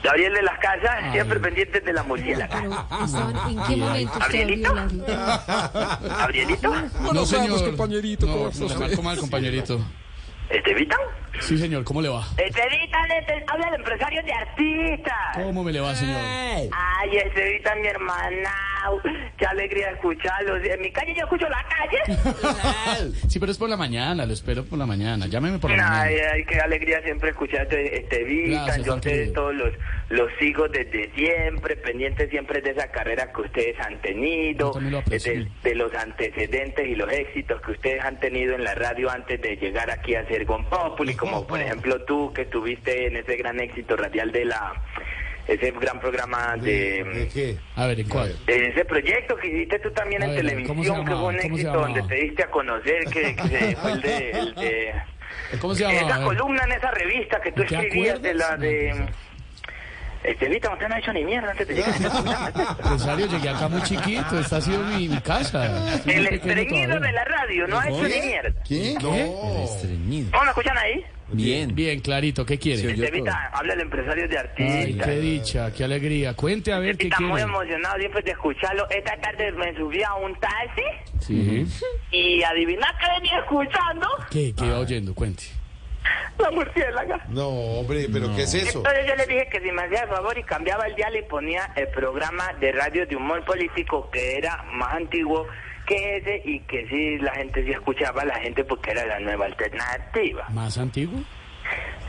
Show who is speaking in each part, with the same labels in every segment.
Speaker 1: Gabriel de las Casas, siempre pendientes de la murciélaga.
Speaker 2: Pero, estaban- ¿En qué momento usted
Speaker 1: ¿Gabrielito?
Speaker 2: vio la
Speaker 1: ¿Gabrielito?
Speaker 3: No,
Speaker 4: señor.
Speaker 3: compañerito.
Speaker 4: No,
Speaker 3: por
Speaker 4: no,
Speaker 3: favor.
Speaker 4: mal, como al compañerito.
Speaker 1: ¿Estevita?
Speaker 4: Sí, señor, ¿cómo le va?
Speaker 1: Eh, Estevita, habla el empresario de artistas.
Speaker 4: ¿Cómo me le va, señor?
Speaker 1: eh. Ay, Estevita, mi hermana. Qué alegría escucharlo. En mi calle yo escucho la calle.
Speaker 4: Sí, pero es por la mañana, lo espero por la mañana. Llámeme por la
Speaker 1: Ay,
Speaker 4: mañana.
Speaker 1: ay, qué alegría siempre escucharte, Estevita.
Speaker 4: Gracias,
Speaker 1: Yo
Speaker 4: tan
Speaker 1: a ustedes
Speaker 4: querido.
Speaker 1: todos los, los sigo desde siempre, pendientes siempre de esa carrera que ustedes han
Speaker 4: Yo
Speaker 1: tenido,
Speaker 4: también lo aprecio.
Speaker 1: de, de los antecedentes y los éxitos que ustedes han tenido en la radio antes de llegar aquí a ser Populi, como por ejemplo tú que estuviste en ese gran éxito radial de la... Ese gran programa de...
Speaker 3: ¿De qué?
Speaker 4: A ver, ¿en cuál?
Speaker 1: de ese proyecto que hiciste tú también
Speaker 4: A
Speaker 1: en
Speaker 4: ver, ¿cómo se
Speaker 1: televisión, que
Speaker 4: llamaba?
Speaker 1: fue
Speaker 4: ¿Cómo
Speaker 1: un
Speaker 4: se
Speaker 1: éxito
Speaker 4: llamaba?
Speaker 1: donde te diste a conocer, que, que se- fue el de- el de
Speaker 4: ¿Cómo se llama?
Speaker 1: esa
Speaker 4: A ver.
Speaker 1: columna en esa revista que tú
Speaker 4: ¿Te
Speaker 1: escribías de la
Speaker 4: acuerdas?
Speaker 1: de... este,
Speaker 4: No.
Speaker 1: Estevita, usted no ha hecho ni mierda antes de llegar.
Speaker 4: Empresario, pues, llegué acá muy chiquito, esta ha sido mi, mi casa. Estoy
Speaker 1: El
Speaker 4: muy pequeño
Speaker 1: estreñido
Speaker 4: todavía.
Speaker 1: de la radio, no ha hecho ni mierda.
Speaker 3: ¿Qué? No.
Speaker 1: ¿No me escuchan ahí?
Speaker 5: Bien.
Speaker 4: Bien, clarito, ¿qué quiere?
Speaker 1: Estevita, habla el empresario de artistas.
Speaker 4: Ay, qué dicha, qué alegría. Cuente a ver qué
Speaker 1: Estevita, muy
Speaker 4: quiere.
Speaker 1: emocionado siempre de escucharlo. Esta tarde me subí a un taxi
Speaker 4: Sí.
Speaker 1: y adivina qué venía escuchando.
Speaker 4: ¿Qué,
Speaker 1: Ah.
Speaker 4: qué va oyendo? Cuente.
Speaker 1: La murciélaga.
Speaker 3: No, hombre, ¿pero qué es eso?
Speaker 1: Entonces yo le dije que si me hacía el favor y cambiaba el dial y ponía el programa de radio de humor político que era más antiguo que ese y que sí la gente sí escuchaba a la gente porque era la nueva alternativa.
Speaker 3: Mm.
Speaker 4: ¿Más antiguo?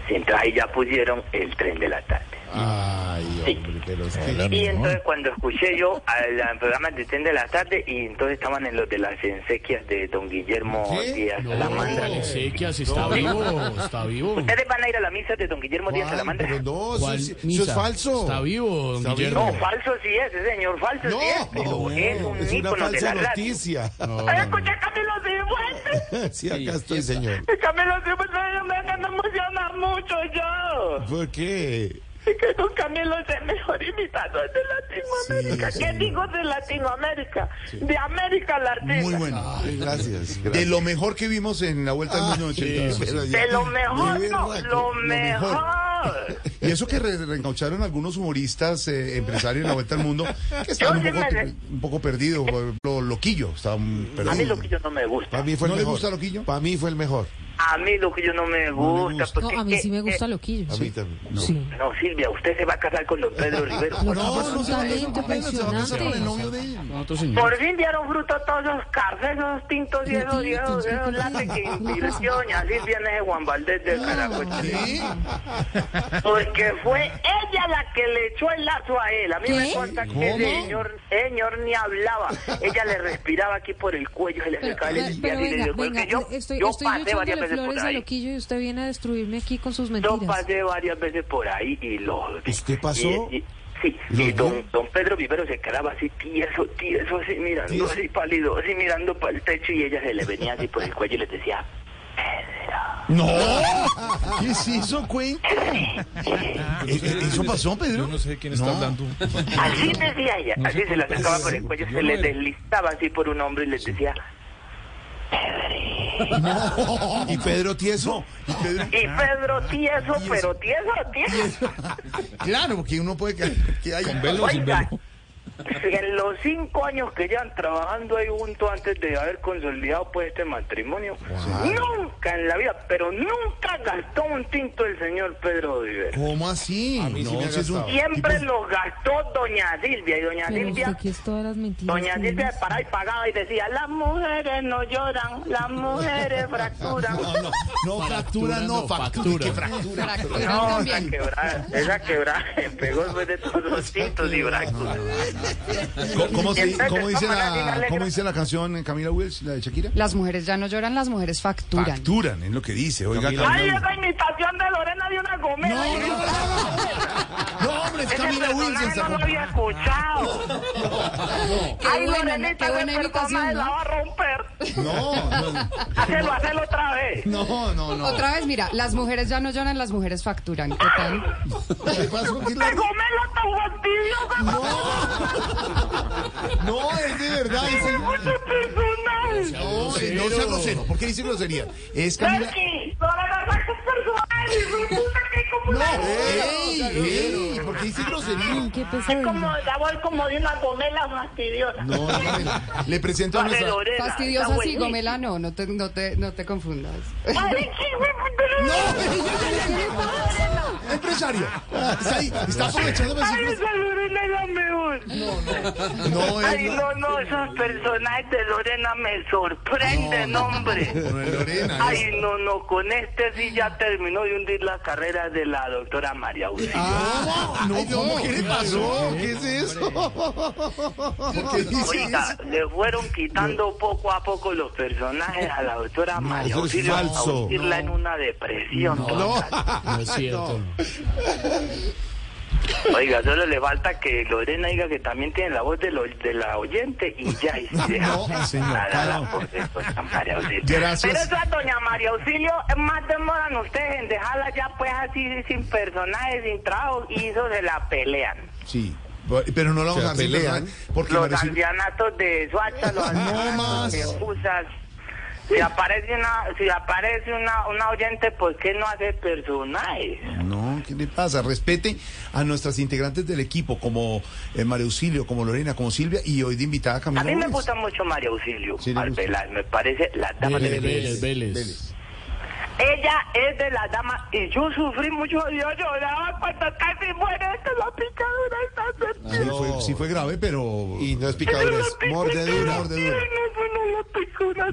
Speaker 1: Y entonces ahí ya pusieron el tren de la tarde.
Speaker 3: Ay, hombre, pero es que...
Speaker 1: Y entonces cuando escuché yo al al programa de tren de la tarde y entonces estaban en los de las ensequias de don Guillermo
Speaker 3: ¿Qué?
Speaker 1: Díaz
Speaker 4: No,
Speaker 1: Salamandra.
Speaker 4: Alexiquias, está vivo, está vivo.
Speaker 1: ¿Ustedes van a ir a la misa de don Guillermo Díaz
Speaker 3: ¿Cuál?
Speaker 1: Salamandra?
Speaker 3: Ah, Pero no, eso,
Speaker 4: ¿Cuál
Speaker 3: es- eso
Speaker 4: misa?
Speaker 3: es falso.
Speaker 4: Está vivo, don
Speaker 3: Está
Speaker 4: Guillermo.
Speaker 1: No, falso sí es, ese señor falso
Speaker 3: No,
Speaker 1: sí es, pero es un
Speaker 3: es una
Speaker 1: ícono de la
Speaker 3: falsa
Speaker 1: radio.
Speaker 3: noticia.
Speaker 1: Ay, escuché a Camilo Cifuentes.
Speaker 3: Sí, acá estoy, señor.
Speaker 1: Camilo Cifuentes me hagan emocionar mucho yo.
Speaker 3: ¿Por qué?
Speaker 1: Es que don Camilo es el mejor imitador de Latinoamérica.
Speaker 3: Sí,
Speaker 1: ¿Qué
Speaker 3: señor.
Speaker 1: digo de Latinoamérica? De América Latina.
Speaker 5: Muy bueno.
Speaker 3: Ay, gracias, gracias.
Speaker 5: De Eh, lo mejor que vimos en la Vuelta al Mundo en
Speaker 3: Sí,
Speaker 5: 82.
Speaker 3: pero ya-
Speaker 1: Ah, De lo mejor,
Speaker 3: de
Speaker 1: no,
Speaker 3: verdad,
Speaker 1: lo mejor.
Speaker 5: Y eso que re- reencaucharon algunos humoristas, eh, empresarios en la Vuelta al Mundo, que
Speaker 1: Yo
Speaker 5: estaban un
Speaker 1: sí
Speaker 5: poco,
Speaker 1: me-
Speaker 5: un poco perdidos. por ejemplo, Loquillo estaba un-
Speaker 1: A mí
Speaker 5: perdido.
Speaker 1: lo que yo no me gusta.
Speaker 3: Para mí fue el
Speaker 5: ¿No le
Speaker 3: mejor.
Speaker 5: gusta Loquillo?
Speaker 3: Para mí fue el mejor.
Speaker 1: A mí lo que yo no me gusta.
Speaker 3: gusta.
Speaker 2: No,
Speaker 1: porque
Speaker 2: a mí
Speaker 1: es
Speaker 2: sí
Speaker 1: que- eh,
Speaker 2: me gusta Loquillo.
Speaker 3: A mí también. No.
Speaker 2: Sí.
Speaker 1: No, Silvia, usted se va a casar con don Pedro Rivero.
Speaker 2: Lo
Speaker 3: No,
Speaker 2: que es
Speaker 3: no
Speaker 2: un
Speaker 3: se va a casar,
Speaker 2: talento
Speaker 3: apenas se va a casar con el
Speaker 2: impresionante.
Speaker 3: novio de él.
Speaker 4: Otro señor.
Speaker 1: Por fin dieron fruto a todos los cafés, esos tintos y esos, y esos, y esos lates que invirtió y así viene ese Juan Valdés
Speaker 3: Ah,
Speaker 1: de Caracoche.
Speaker 5: ¿Sí?
Speaker 1: Porque fue ella la que le echó el lazo a él. A mí me
Speaker 2: ¿Qué?
Speaker 1: cuenta que el señor, señor ni hablaba. Ella le respiraba aquí por el cuello, se le
Speaker 2: Pero,
Speaker 1: acercaba y le
Speaker 2: pero-
Speaker 1: decía,
Speaker 2: pero
Speaker 1: "Dile,
Speaker 2: venga,
Speaker 1: Dios", porque
Speaker 2: venga,
Speaker 1: yo,
Speaker 2: estoy,
Speaker 1: yo
Speaker 2: estoy
Speaker 1: pasé varias
Speaker 2: echándole
Speaker 1: veces por
Speaker 2: flores a
Speaker 1: ahí.
Speaker 2: Loquillo y usted viene a destruirme aquí con sus
Speaker 1: Yo
Speaker 2: mentiras.
Speaker 1: pasé varias veces por ahí y lo...
Speaker 3: ¿Usted pasó?
Speaker 1: y- y- sí,
Speaker 3: ¿Lo
Speaker 1: y don,
Speaker 3: vio?
Speaker 1: don Pedro Vivero se quedaba así tieso, tieso, así mirando,
Speaker 3: ¿Tieso?
Speaker 1: así pálido, así mirando para el techo y ella se le venía así por el cuello y les decía... "Pedro".
Speaker 5: ¡No! ¿Qué es eso, Cuen? ¿Eh, eh, ¿Eso pasó, Pedro?
Speaker 3: Yo no sé quién está hablando.
Speaker 1: Así decía ella, así se le acercaba por el cuello, se le deslizaba así por un hombro y les decía...
Speaker 5: ¿Y Pedro Tieso? ¿Y Pedro?
Speaker 1: Y Pedro tieso, pero tieso, tieso.
Speaker 5: Claro, porque uno puede que, que hay...
Speaker 1: Oiga, en los cinco años que llevan trabajando ahí juntos antes de haber consolidado pues este matrimonio, nunca en la vida, pero nunca gastó un tinto el señor Pedro Vivero.
Speaker 5: ¿Cómo así?
Speaker 3: mí sí
Speaker 5: No,
Speaker 3: me ha
Speaker 5: si es un
Speaker 3: gastado.
Speaker 1: Siempre
Speaker 5: tipo-
Speaker 1: lo gastó doña Silvia y doña
Speaker 2: Pero usted
Speaker 1: Silvia.
Speaker 2: aquí es todas las mentiras.
Speaker 1: Doña
Speaker 2: que
Speaker 1: Silvia
Speaker 2: dice.
Speaker 1: paraba y pagaba y decía, las mujeres no lloran, las mujeres fracturan.
Speaker 5: No, no, fractura no, factura. ¿Qué fractura?
Speaker 1: No, esa quebrada, esa quebrada me pegó después de todos los tintos y fracturas.
Speaker 5: ¿Cómo- ¿Cómo, se-
Speaker 1: Entonces,
Speaker 5: cómo dice
Speaker 1: ¿cómo la tiene
Speaker 5: la,
Speaker 1: alegre?
Speaker 5: cómo dice la canción eh, Camila Wills, la de Shakira?
Speaker 6: Las mujeres ya no lloran, las mujeres facturan.
Speaker 5: Facturan, es lo que dice. Oiga,
Speaker 1: ¡Ay,
Speaker 5: Camila Wills.
Speaker 1: esa imitación de Lorena de una Gómez! pero
Speaker 3: No,
Speaker 1: ese-
Speaker 3: no, No, hombre, es
Speaker 1: ese
Speaker 3: Camila
Speaker 1: personaje
Speaker 3: Wilson.
Speaker 1: no lo había escuchado. Ay,
Speaker 6: buena,
Speaker 1: Lorenita,
Speaker 6: qué
Speaker 1: ese personaje
Speaker 6: buena imitación,
Speaker 1: la
Speaker 6: ¿no?
Speaker 1: va a romper.
Speaker 5: No, no,
Speaker 1: Hacelo, hacelo otra vez.
Speaker 5: no, no. no.
Speaker 6: Otra vez, mira, las mujeres ya no lloran, las mujeres facturan. ¿Qué tal?
Speaker 5: ¿Qué pasó? ¿Qué
Speaker 1: ¡Te
Speaker 5: la-
Speaker 1: comé la tan fastidiosa!
Speaker 5: No, es de verdad. es el-
Speaker 1: ¡Mucho personal!
Speaker 5: No, eh, no sea grosero. ¿Por qué dice grosería? Es Camila.
Speaker 1: ¡Sergi! ¡No le hagas tus personajes! ¡Resulta que es como
Speaker 5: No,
Speaker 1: una...
Speaker 5: ey, ey, ¿por qué dice grosería?
Speaker 2: Qué
Speaker 1: Es
Speaker 2: pesado.
Speaker 1: como la voz como de una gomela fastidiosa.
Speaker 5: No, no, no. Le presento a
Speaker 1: Vale,
Speaker 5: nuestra.
Speaker 1: Lorena,
Speaker 6: Fastidiosa
Speaker 1: está
Speaker 6: sí,
Speaker 1: buenísimo.
Speaker 6: Gomela, no, no te, no te, no te confundas.
Speaker 1: Ay, qué güey,
Speaker 5: Empresario. Está ahí, está aprovechando para
Speaker 1: Ay,
Speaker 5: decir
Speaker 1: esa Lorena es la mejor.
Speaker 5: grosería. No, es.
Speaker 1: Ay, no, no, esos personajes de Lorena me sorprenden, hombre.
Speaker 5: no es Lorena. es-
Speaker 1: Ay, no, no, con este sí ya terminó de hundir la carrera de la doctora María Auxilio.
Speaker 5: Ah, no, ¿cómo? ¿Qué le pasó? ¿Qué es eso? ¿Por qué dice
Speaker 1: Oiga,
Speaker 5: eso?
Speaker 1: le fueron quitando poco a poco los personajes a la doctora María
Speaker 5: eso es
Speaker 1: Auxilio hasta
Speaker 5: falso.
Speaker 1: hundirla en una depresión.
Speaker 5: No,
Speaker 4: No es cierto.
Speaker 1: Oiga, solo le falta que Lorena diga que también tiene la voz de, lo- de la oyente y ya. Y se
Speaker 5: No, señor,
Speaker 1: la- la-
Speaker 5: claro.
Speaker 1: la voz de doña María Auxilio.
Speaker 5: Gracias.
Speaker 1: Pero esa doña María Auxilio, más demoran ustedes en dejarla ya pues así sin personajes, sin trabajo, y eso se la pelean.
Speaker 5: Sí. pues, Pero no la vamos
Speaker 3: Se
Speaker 5: a hacer
Speaker 3: pelean.
Speaker 5: pelear, Porque
Speaker 1: Los
Speaker 5: Marisol-
Speaker 1: ancianatos de Suacha, los
Speaker 5: más.
Speaker 1: ancianatos de Pusas. Si aparece una, si aparece una, una oyente, ¿por qué no hace personajes?
Speaker 5: No, ¿qué le pasa? Respete a nuestras integrantes del equipo, como eh, María Auxilio, como Lorena, como Silvia, y hoy de invitada Camila.
Speaker 1: A mí me
Speaker 5: Gómez.
Speaker 1: gusta mucho María Auxilio
Speaker 5: pues. Sí, le gusta.
Speaker 1: Arbeláez, me parece la dama de
Speaker 4: Vélez, Vélez, Vélez.
Speaker 1: Ella es de la dama y yo sufrí mucho, yo lloraba cuando casi muere de la picadura está
Speaker 5: Sí, fue, sí fue grave, pero.
Speaker 3: Y no es picadura, es mordedura.
Speaker 5: mordedura.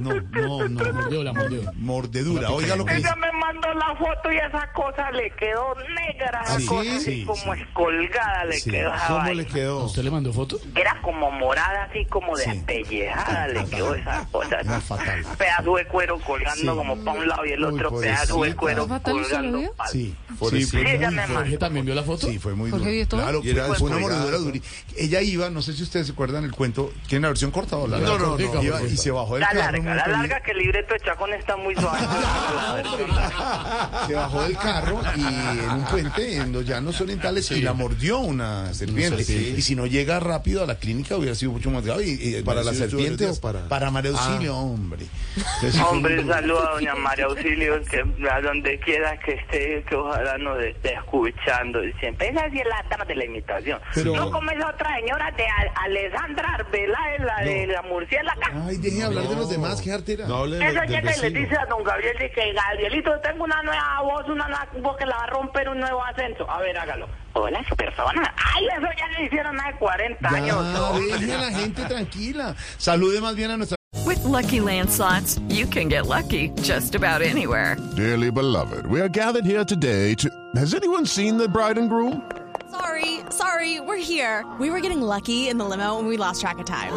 Speaker 5: No, no, no.
Speaker 4: Mordió, la mordió.
Speaker 5: Mordedura. Oiga lo que dice.
Speaker 1: Ella me mandó la foto y esa cosa le quedó negra, esa
Speaker 3: Sí,
Speaker 1: cosa
Speaker 3: sí,
Speaker 1: así como escolgada le
Speaker 3: Sí,
Speaker 1: quedó. esa
Speaker 3: ¿Cómo
Speaker 1: vaina.
Speaker 3: le quedó?
Speaker 4: ¿Usted le mandó foto?
Speaker 1: Era como morada, así como de apellejada le quedó esa cosa.
Speaker 5: Era fatal.
Speaker 1: Pedazo de cuero colgando
Speaker 5: Sí.
Speaker 1: como para un lado y el
Speaker 5: Muy
Speaker 1: otro pedazo de
Speaker 5: pobrecita.
Speaker 1: cuero
Speaker 2: ¿Fatal se lo
Speaker 1: colgando.
Speaker 2: vio?
Speaker 1: pa'l-
Speaker 5: Sí,
Speaker 3: Pobrecita.
Speaker 5: sí,
Speaker 1: Ella
Speaker 5: muy
Speaker 1: me
Speaker 5: fuerte.
Speaker 1: mandó.
Speaker 4: ¿Jorge también vio la foto?
Speaker 5: Sí, fue muy
Speaker 2: Jorge
Speaker 5: duro.
Speaker 2: vio todo.
Speaker 5: Claro,
Speaker 3: Y era
Speaker 5: fue, fue una
Speaker 3: descolgada.
Speaker 5: mordedura durísima. Ella iba, no sé si ustedes se acuerdan el cuento, ¿quién la versión corta o la larga?
Speaker 4: no, no,
Speaker 5: Iba
Speaker 4: no.
Speaker 5: y se bajó del
Speaker 1: La
Speaker 5: carro. en un
Speaker 1: larga, la
Speaker 5: momento
Speaker 1: larga que el libreto de Chacón está muy suave.
Speaker 5: Se bajó del carro y en un puente en los llanos orientales y la mordió una serpiente.
Speaker 4: serpiente.
Speaker 5: Y si no llega rápido a la clínica hubiera sido mucho más grave. Y, y para la
Speaker 3: Hubiera sido
Speaker 5: serpiente
Speaker 3: varios días
Speaker 5: o para,
Speaker 3: para- Ah.
Speaker 5: María Auxilio, hombre. Entonces,
Speaker 1: Hombre, saludo a doña María Auxilio, que a donde quiera que esté, que ojalá nos esté escuchando. y Siempre esa sí es la dama de la imitación.
Speaker 3: Pero-
Speaker 1: No como esa otra señora de Al- Alessandra Arbeláez, la de la murciélaga.
Speaker 5: Ay, deje de hablar de los demás, qué artera.
Speaker 3: No hable de,
Speaker 1: Eso
Speaker 3: del
Speaker 1: llega y le
Speaker 3: vecino.
Speaker 1: dice a don Gabriel de que Gabrielito, tengo una nueva voz, una nueva voz que la va a romper un nuevo acento. A ver, hágalo. Hola, su persona. Ay, eso ya le hicieron hace 40
Speaker 5: Ya,
Speaker 1: años. ¿no?
Speaker 5: deje a la gente tranquila. Salude más bien a nuestra
Speaker 7: With Lucky Land slots, you can get lucky just about anywhere.
Speaker 8: Dearly beloved, we are gathered here today to. Has anyone seen the bride and groom?
Speaker 9: Sorry, sorry, we're here. We were getting lucky in the limo and we lost track of time.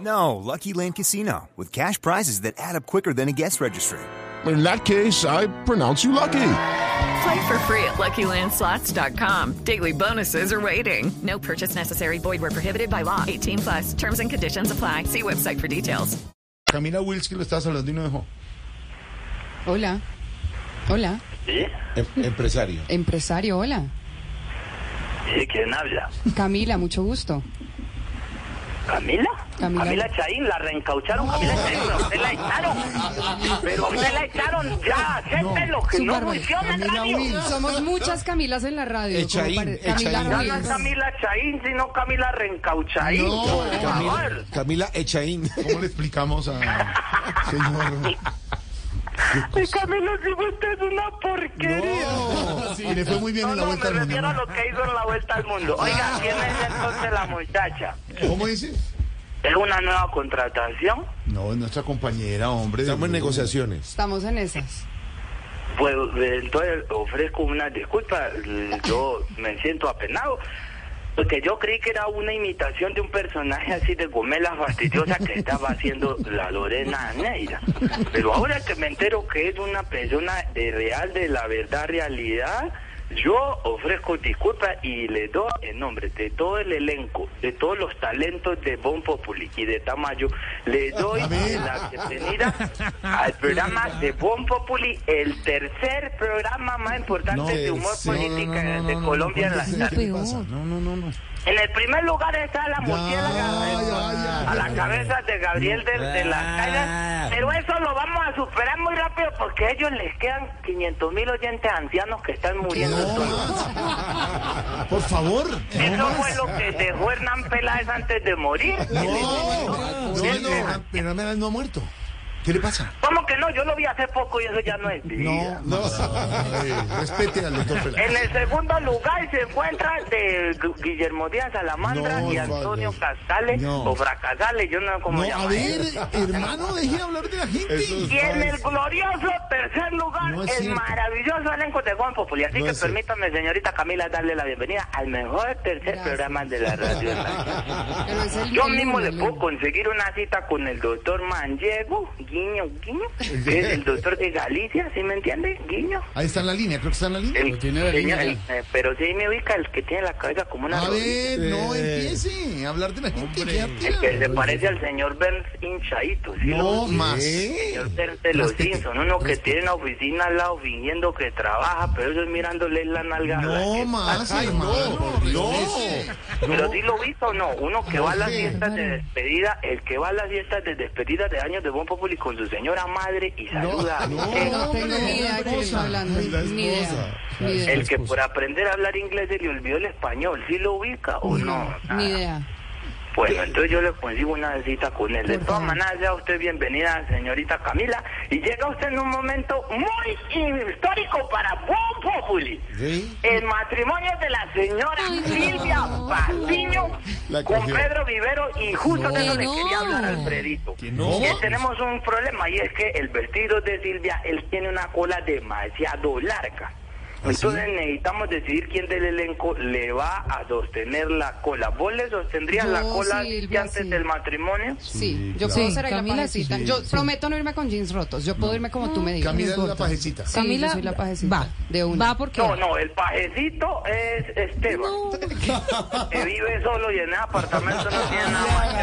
Speaker 10: No, Lucky Land Casino, with cash prizes that add up quicker than a guest registry.
Speaker 8: In that case, I pronounce you lucky.
Speaker 7: Play for free at LuckyLandSlots.com. Daily bonuses are waiting. No purchase necessary. Void were prohibited by law. 18 plus. Terms and conditions apply. See website for details.
Speaker 5: Camila Wills que lo estaba saludando y no dejó.
Speaker 6: Hola. Hola.
Speaker 1: ¿Sí?
Speaker 3: Em- empresario.
Speaker 6: Empresario, hola.
Speaker 1: ¿Sí? ¿Quién habla?
Speaker 6: Camila, mucho gusto.
Speaker 1: ¿Camila?
Speaker 6: Camila.
Speaker 1: Camila, Chaín, la reencaucharon, Camila Chaín, pero a usted la echaron. Pero a usted la echaron ya, acéptenlo, que no
Speaker 6: Superman.
Speaker 1: funciona el radio.
Speaker 6: Somos muchas Camilas en la radio. como
Speaker 3: Echaín,
Speaker 6: pare-
Speaker 3: Echaín.
Speaker 6: Camila
Speaker 1: Ya no es
Speaker 6: Ruiz.
Speaker 1: Camila Chaín, sino Camila Reencauchaín.
Speaker 5: No,
Speaker 1: por favor.
Speaker 3: Camila, Camila Echaín.
Speaker 5: ¿Cómo le explicamos a señor?
Speaker 1: Y Camila, si usted es una porquería.
Speaker 5: No, sí, le fue muy bien
Speaker 1: No,
Speaker 5: en
Speaker 1: no,
Speaker 5: la vuelta
Speaker 1: me
Speaker 5: al mundo.
Speaker 1: refiero a lo que hizo en la vuelta al mundo. Oiga, ¿quién es entonces la muchacha?
Speaker 5: ¿Cómo dice?
Speaker 1: ¿Es una nueva contratación?
Speaker 5: No, es nuestra compañera, hombre.
Speaker 3: Estamos en
Speaker 5: negociación.
Speaker 3: negociaciones.
Speaker 6: Estamos en esas.
Speaker 1: Pues eh, entonces ofrezco una disculpa, eh, yo me siento apenado. Porque yo creí que era una imitación de un personaje así de gomela fastidiosa que estaba haciendo la Lorena Neira. Pero ahora que me entero que es una persona de real, de la verdad, realidad, Yo ofrezco disculpas y le doy en nombre de todo el elenco, de todos los talentos de Bon Populi y de Tamayo, le doy la bienvenida al programa de Bon Populi, el tercer programa más importante de humor político de Colombia en la
Speaker 5: ¿Qué le pasa? No, no, no, no.
Speaker 1: en el primer lugar está la murciélaga eh, a la cabeza de Gabriel de, de las Casas, pero eso lo vamos a superar muy rápido porque a ellos les quedan 500 mil oyentes ancianos que están muriendo. solos.
Speaker 5: Por favor.
Speaker 1: Eso fue lo que dejó Hernán Peláez antes de morir.
Speaker 5: No, no, no. Pero no, no ha muerto. ¿Qué le pasa?
Speaker 1: ¿Cómo que no? Yo lo vi hace poco y eso ya no es vida.
Speaker 5: No, Ay, respete al doctor Peláez.
Speaker 1: En el segundo lugar se encuentra de Gu- Guillermo Díaz Salamandra
Speaker 5: No,
Speaker 1: y
Speaker 5: no,
Speaker 1: Antonio
Speaker 5: no.
Speaker 1: Casales
Speaker 5: No.
Speaker 1: o Fracasales, yo no sé cómo
Speaker 5: No, a
Speaker 1: llaman.
Speaker 5: ver, hermano, deje de hablar de la gente.
Speaker 1: Y en el glorioso tercer lugar,
Speaker 5: No
Speaker 1: el
Speaker 5: es cierto.
Speaker 1: maravilloso elenco de Juan Populi. Así que permítame, señorita Camila, darle la bienvenida al mejor tercer programa de la radio. en la-
Speaker 6: Pero es el
Speaker 1: Yo
Speaker 6: el
Speaker 1: mismo le
Speaker 6: el-
Speaker 1: puedo conseguir una cita con el doctor Manchego, guiño, guiño, que es el doctor de Galicia, ¿sí me entiende? Guiño.
Speaker 5: Ahí está en la línea, creo que está en la línea.
Speaker 1: El, señor, el- eh, pero sí me ubica el que tiene la cabeza como una
Speaker 5: A ver,
Speaker 1: rodilla.
Speaker 5: no empiece a hablar de la gente. que ya
Speaker 1: El
Speaker 5: tira.
Speaker 1: que se parece al señor Ben hinchadito. ¿sí
Speaker 5: No
Speaker 1: lo-
Speaker 5: más.
Speaker 1: Señor Ben de los Simpson, uno que tiene una oficina al lado fingiendo que trabaja, pero ellos mirándole la nalga. a la
Speaker 5: No
Speaker 1: que-
Speaker 5: más,
Speaker 1: Ay,
Speaker 5: hermano. No.
Speaker 1: Pero sí lo visto o no, uno que va a las fiestas de despedida, el que va a las fiestas de despedida de años de Bon Populi con su señora madre y saluda a usted.
Speaker 6: No tengo ni idea de qué está hablando. Ni idea. Ni idea.
Speaker 1: El que por aprender a hablar inglés se le olvidó el español, ¿sí lo ubica o no? Ah,
Speaker 6: Ni idea.
Speaker 1: Bueno, entonces yo le consigo una cita con él. De todas maneras, sea usted bienvenida, señorita Camila. Y llega usted en un momento muy histórico para Bon Populi. El matrimonio de la señora Silvia Patiño
Speaker 5: La
Speaker 1: con
Speaker 5: cogió.
Speaker 1: Pedro Vivero y justo de eso le quería hablar a Alfredito.
Speaker 5: no?
Speaker 1: Que tenemos un problema y es que el vestido de Silvia, él tiene una cola demasiado larga. Entonces necesitamos decidir quién del elenco le va a sostener la cola. ¿Vos le sostendrías la
Speaker 6: Yo,
Speaker 1: cola
Speaker 6: Silvia,
Speaker 1: antes
Speaker 6: sí.
Speaker 1: del matrimonio?
Speaker 6: Sí, yo
Speaker 2: claro.
Speaker 6: puedo
Speaker 2: Sí,
Speaker 6: ser ahí la
Speaker 2: Camila,
Speaker 6: pajecita.
Speaker 2: sí,
Speaker 6: Yo
Speaker 2: sí.
Speaker 6: prometo no irme con jeans rotos. Yo puedo irme como tú me digas.
Speaker 5: Camila es la
Speaker 6: Cortos.
Speaker 5: pajecita.
Speaker 6: Sí,
Speaker 2: Camila,
Speaker 6: yo soy la pajecita.
Speaker 2: va.
Speaker 6: De una.
Speaker 2: Va porque
Speaker 1: No, no, el pajecito es Esteban. Que vive solo y en el apartamento no tiene nada. más que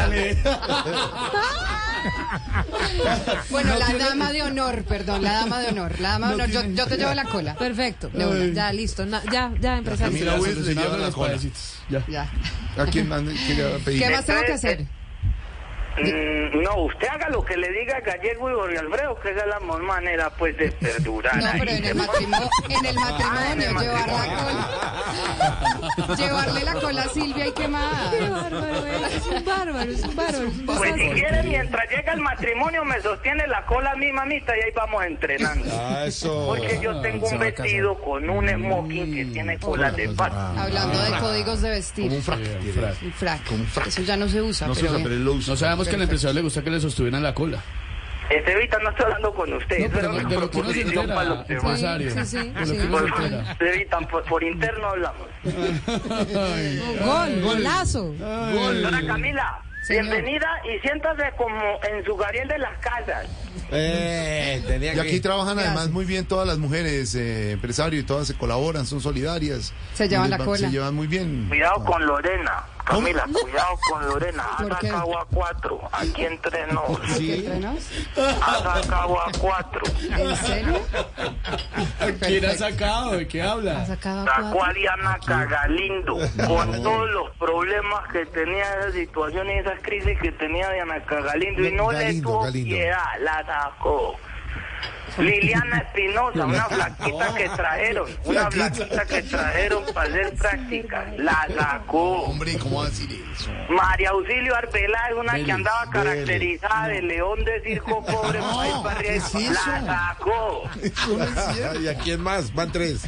Speaker 1: hacer.
Speaker 6: Bueno, la dama de honor, perdón, la dama de honor. La dama de honor. Yo, yo te llevo la cola.
Speaker 2: Perfecto. de una, ya, listo. na- ya, ya, empresario.
Speaker 5: Camila Wills le lleva
Speaker 4: Solucionaron
Speaker 5: la
Speaker 4: los
Speaker 5: cola.
Speaker 4: payasitos. Ya.
Speaker 6: Ya.
Speaker 5: ¿A quién más quería pedir?
Speaker 6: ¿Qué más tengo que hacer?
Speaker 1: Mm, no, usted haga lo que le diga Gallego y Jorge Alfredo, que esa es la mejor manera, pues, de perdurar.
Speaker 6: No,
Speaker 1: ahí.
Speaker 6: pero en el matrimonio, en el
Speaker 2: Ah,
Speaker 6: matrimonio, llevar la cola. Llevarle la cola a Silvia y qué más.
Speaker 2: Qué bárbaro, eh, es un bárbaro, es un bárbaro. es un
Speaker 1: Pues si
Speaker 2: desastre.
Speaker 1: quiere, mientras llega el matrimonio, me sostiene la cola a mi mamita y ahí vamos entrenando.
Speaker 3: Ah, eso.
Speaker 1: Porque yo tengo un vestido con un
Speaker 4: Mm.
Speaker 1: smoking que tiene cola de pato.
Speaker 6: Hablando de códigos de vestir.
Speaker 5: Un frac.
Speaker 4: Bien, Fran.
Speaker 6: Un frac. Eso ya no se usa,
Speaker 5: No se
Speaker 6: pero
Speaker 5: usa, pero
Speaker 6: bien.
Speaker 5: él lo usa.
Speaker 4: No sabemos que al empresario le gusta que le sostuvieran la cola.
Speaker 1: Estevita, Este, no estoy hablando con usted.
Speaker 4: No, pero
Speaker 1: pero
Speaker 4: de lo que uno se
Speaker 1: para
Speaker 4: entera,
Speaker 1: los demás.
Speaker 4: empresario.
Speaker 2: Sí, sí, sí,
Speaker 4: De lo que
Speaker 2: sí.
Speaker 4: uno se
Speaker 1: Por,
Speaker 4: entera.
Speaker 1: Estevita, por, por interno hablamos.
Speaker 2: Gol, golazo.
Speaker 4: Pues,
Speaker 1: Señora Camila,
Speaker 6: Señor.
Speaker 1: bienvenida y siéntase como en su Gariel de las Casas.
Speaker 3: Eh, tenía
Speaker 5: Y aquí
Speaker 3: que...
Speaker 5: trabajan
Speaker 6: ¿Qué
Speaker 5: además
Speaker 6: hace?
Speaker 5: muy bien todas las mujeres, eh, empresario, y todas se colaboran, son solidarias.
Speaker 6: Se llevan
Speaker 5: Y les
Speaker 6: la
Speaker 5: van-
Speaker 6: cola.
Speaker 5: Se llevan muy bien.
Speaker 4: Ah.
Speaker 1: Cuidado con Lorena. Camila, cuidado con Lorena.
Speaker 6: ¿Por qué?
Speaker 1: Atacagua 4. Aquí entrenó.
Speaker 6: ¿Qué entrenas?
Speaker 1: Atacagua 4.
Speaker 6: ¿En serio?
Speaker 4: ¿Quién ha sacado? ¿De qué
Speaker 6: Ha
Speaker 4: habla?
Speaker 6: sacado a
Speaker 1: Sacó a
Speaker 6: cuatro.
Speaker 1: Diana Cagalindo con todos los problemas que tenía esa situación y esas crisis que tenía Diana Cagalindo y no le
Speaker 5: Galindo,
Speaker 1: tuvo
Speaker 5: Galindo.
Speaker 1: piedad, la sacó. Liliana Espinosa, una flaquita que trajeron, una flaquita que trajeron para hacer prácticas, la sacó.
Speaker 5: Hombre, ¿cómo va a decir eso?
Speaker 1: María Auxilio Arbelá es una que
Speaker 5: Vélez,
Speaker 1: andaba
Speaker 5: Vélez.
Speaker 1: caracterizada de león de circo pobre,
Speaker 5: No,
Speaker 1: pa' ahí pa' arriba,
Speaker 5: ¿qué es
Speaker 1: la
Speaker 5: eso?
Speaker 1: sacó.
Speaker 5: Eso no es cierto.
Speaker 3: ¿Y a quién más? Van tres.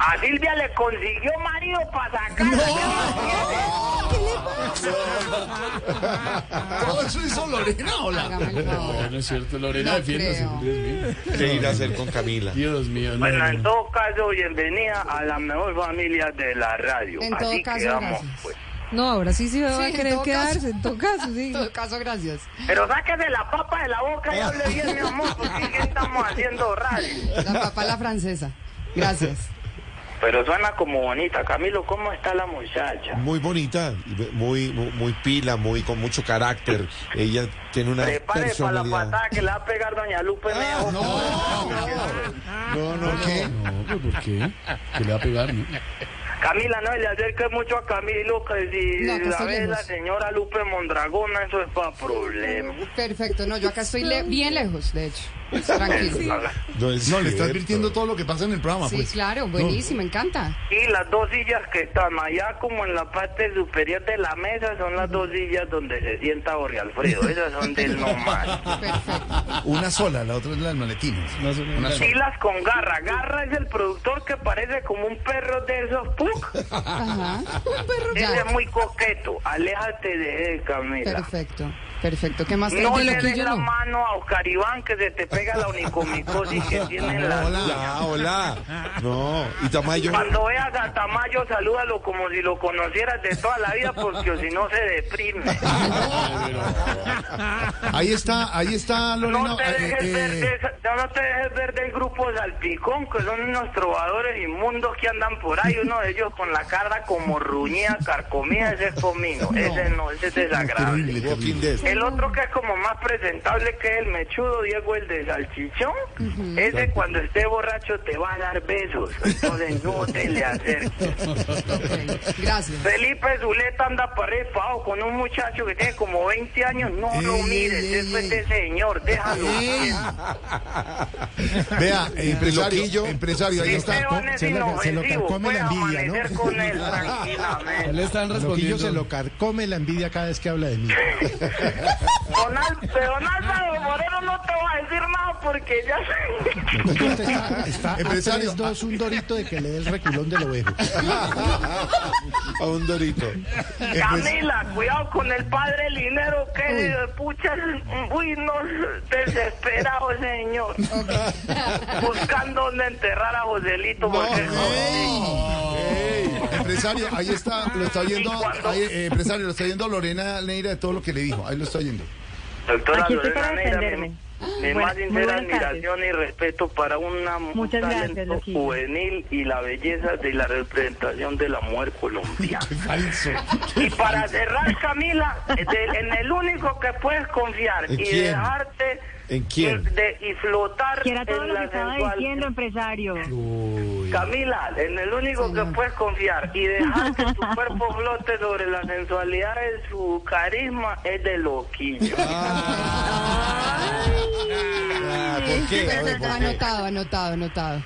Speaker 1: A Silvia le consiguió marido para sacarla.
Speaker 5: ¿Todo eso hizo Lorena o la?
Speaker 6: Hágame el favor.
Speaker 4: No es cierto, Lorena,
Speaker 6: No
Speaker 4: defiéndase.
Speaker 6: creo.
Speaker 4: Dios mío.
Speaker 3: ¿Qué ir a hacer con Camila?
Speaker 4: Dios mío. no,
Speaker 1: Bueno,
Speaker 4: no,
Speaker 1: en
Speaker 4: no.
Speaker 1: todo caso, bienvenida a la mejor familia de la radio.
Speaker 6: En todo
Speaker 1: Así
Speaker 6: caso,
Speaker 1: quedamos,
Speaker 6: gracias.
Speaker 1: pues.
Speaker 2: No, ahora sí se va
Speaker 6: Sí,
Speaker 2: a
Speaker 6: en
Speaker 2: querer
Speaker 6: todo
Speaker 2: quedarse,
Speaker 6: caso.
Speaker 2: en todo caso,
Speaker 6: En
Speaker 2: sí.
Speaker 6: todo caso, gracias.
Speaker 1: Pero sáquese la papa de la boca y hable bien, mi amor, porque es que estamos haciendo radio.
Speaker 6: La papa la francesa. Gracias.
Speaker 1: Pero suena como bonita. Camilo, ¿cómo está la muchacha?
Speaker 3: Muy bonita, muy, muy, muy pila, muy con mucho carácter. Ella tiene una
Speaker 1: Prepare para la
Speaker 3: personalidad.
Speaker 1: patada que le va a pegar Doña Lupe.
Speaker 6: Ah,
Speaker 1: Mejía.
Speaker 4: No, no, no. No, ¿por qué? Que le va a pegar, ¿no?
Speaker 1: Camila, no le acerque mucho a Camilo, que si
Speaker 6: No, que
Speaker 1: la
Speaker 6: estoy
Speaker 1: ve
Speaker 6: lejos.
Speaker 1: la señora Lupe Mondragona, eso es para problemas.
Speaker 6: Perfecto, no, yo acá estoy le- bien lejos, de hecho. Pues, Tranquilo.
Speaker 3: No,
Speaker 5: no le está advirtiendo todo lo que pasa en el programa.
Speaker 6: Sí,
Speaker 5: pues.
Speaker 6: claro,
Speaker 5: No.
Speaker 6: buenísimo, me encanta.
Speaker 1: Y las dos sillas que están allá como en la parte superior de la mesa son las dos sillas donde se sienta Jorge Alfredo. Esas son del nomás.
Speaker 5: Una sola, la otra es la del maletín. Una sola.
Speaker 1: Pilas con garra. Garra es el productor que parece como un perro de esos. ¡puc!
Speaker 6: Ajá. Un perro
Speaker 1: Ese
Speaker 6: ya.
Speaker 1: es muy coqueto. Aléjate de él, Camila.
Speaker 6: Perfecto, perfecto. ¿Qué más?
Speaker 1: No
Speaker 6: De
Speaker 1: le des
Speaker 6: loquillo
Speaker 1: la
Speaker 6: no.
Speaker 1: mano a Oscar Iván que se te pega la onicomicosis que tiene en la
Speaker 3: Hola, hola. No, y Tamayo.
Speaker 1: Cuando veas a Tamayo, salúdalo como si lo conocieras de toda la vida, porque si no se deprime.
Speaker 5: Ahí está, ahí está Lorena.
Speaker 1: No te
Speaker 5: eh,
Speaker 1: dejes ver
Speaker 5: eh,
Speaker 1: de esa- no, no te dejes ver del grupo Salpicón, que son unos trovadores inmundos que andan por ahí. Uno de ellos con la cara como ruñida, carcomida, ese es comino. Ese no, ese es desagradable.
Speaker 3: Terrible, Walking Dead.
Speaker 1: El otro que es como más presentable que el mechudo, Diego, el de salchichón, ese cuando esté borracho te va a dar besos. Entonces no te le acerques.
Speaker 6: Gracias.
Speaker 1: Felipe Zuleta anda parepado con un muchacho que tiene como 20 años. No
Speaker 5: Eh,
Speaker 1: lo mires, eso es de señor, déjalo.
Speaker 5: Vea, eh, empresario, empresario, ahí está.
Speaker 1: Esteban es inofensivo, puedes amanecer con él
Speaker 11: Ya
Speaker 1: tranquilamente.
Speaker 11: Le están respondiendo.
Speaker 12: Loquillo se lo carcome la envidia cada vez que habla de mí.
Speaker 1: Don, Al- don Álvaro Moreno no te va a decir nada porque ya...
Speaker 5: Eh,
Speaker 12: Está
Speaker 5: Empresario.
Speaker 12: empresario. dos, un dorito de que le dé el reculón del ovejo.
Speaker 3: A un dorito.
Speaker 5: pues,
Speaker 1: Camila, cuidado con el padre Linero, que pucha, uy, no, desesperado, señor. Buscando dónde enterrar a Joselito, porque
Speaker 5: Empresario, ahí está, lo está oyendo, ahí, eh, empresario, lo está oyendo Lorena Neira de todo lo que le dijo, ahí lo está oyendo.
Speaker 1: Doctora
Speaker 13: Aquí estoy para
Speaker 1: Lorena Neira,
Speaker 13: defenderme.
Speaker 1: mi- mi
Speaker 13: Buenas-
Speaker 1: más
Speaker 13: muy
Speaker 1: sincera
Speaker 13: buenas tardes.
Speaker 1: admiración y respeto para una, un
Speaker 13: Muchas gracias,
Speaker 1: talento
Speaker 13: Loquillo.
Speaker 1: juvenil y la belleza de la representación de la mujer colombiana.
Speaker 3: falso.
Speaker 1: Y para cerrar, Camila, de- en el único que puedes confiar y
Speaker 3: ¿En quién?
Speaker 1: dejarte pues,
Speaker 3: ¿En quién?
Speaker 1: de- y flotar
Speaker 13: Que era todo
Speaker 1: en
Speaker 13: lo que
Speaker 1: la
Speaker 13: estaba
Speaker 1: sensual-
Speaker 13: diciendo, empresario.
Speaker 1: Camila, en el único que puedes confiar y dejar que tu cuerpo flote sobre la sensualidad de su carisma es de loquillo.
Speaker 3: Ah, ¿Por qué? A ver,
Speaker 6: Perfecto,
Speaker 3: ¿por qué?
Speaker 6: anotado, anotado, anotado.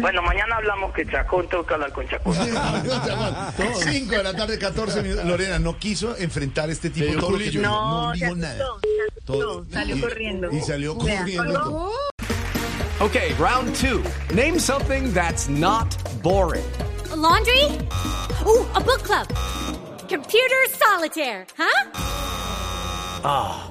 Speaker 1: Bueno, mañana hablamos que Chacón, tengo que hablar con Chacón.
Speaker 5: 5 de la tarde, 14 minutos. Lorena no quiso enfrentar este tipo todo lo que yo
Speaker 13: No,
Speaker 5: no
Speaker 13: se
Speaker 5: dijo nada.
Speaker 13: asustó, se asustó,
Speaker 5: Todo.
Speaker 13: salió
Speaker 5: Y-
Speaker 13: corriendo.
Speaker 5: Y salió
Speaker 13: Vea,
Speaker 5: corriendo.
Speaker 13: colgó.
Speaker 14: Okay, round two. Name something that's not boring.
Speaker 15: A laundry? Ooh, a book club. Computer solitaire, huh?
Speaker 14: Ah,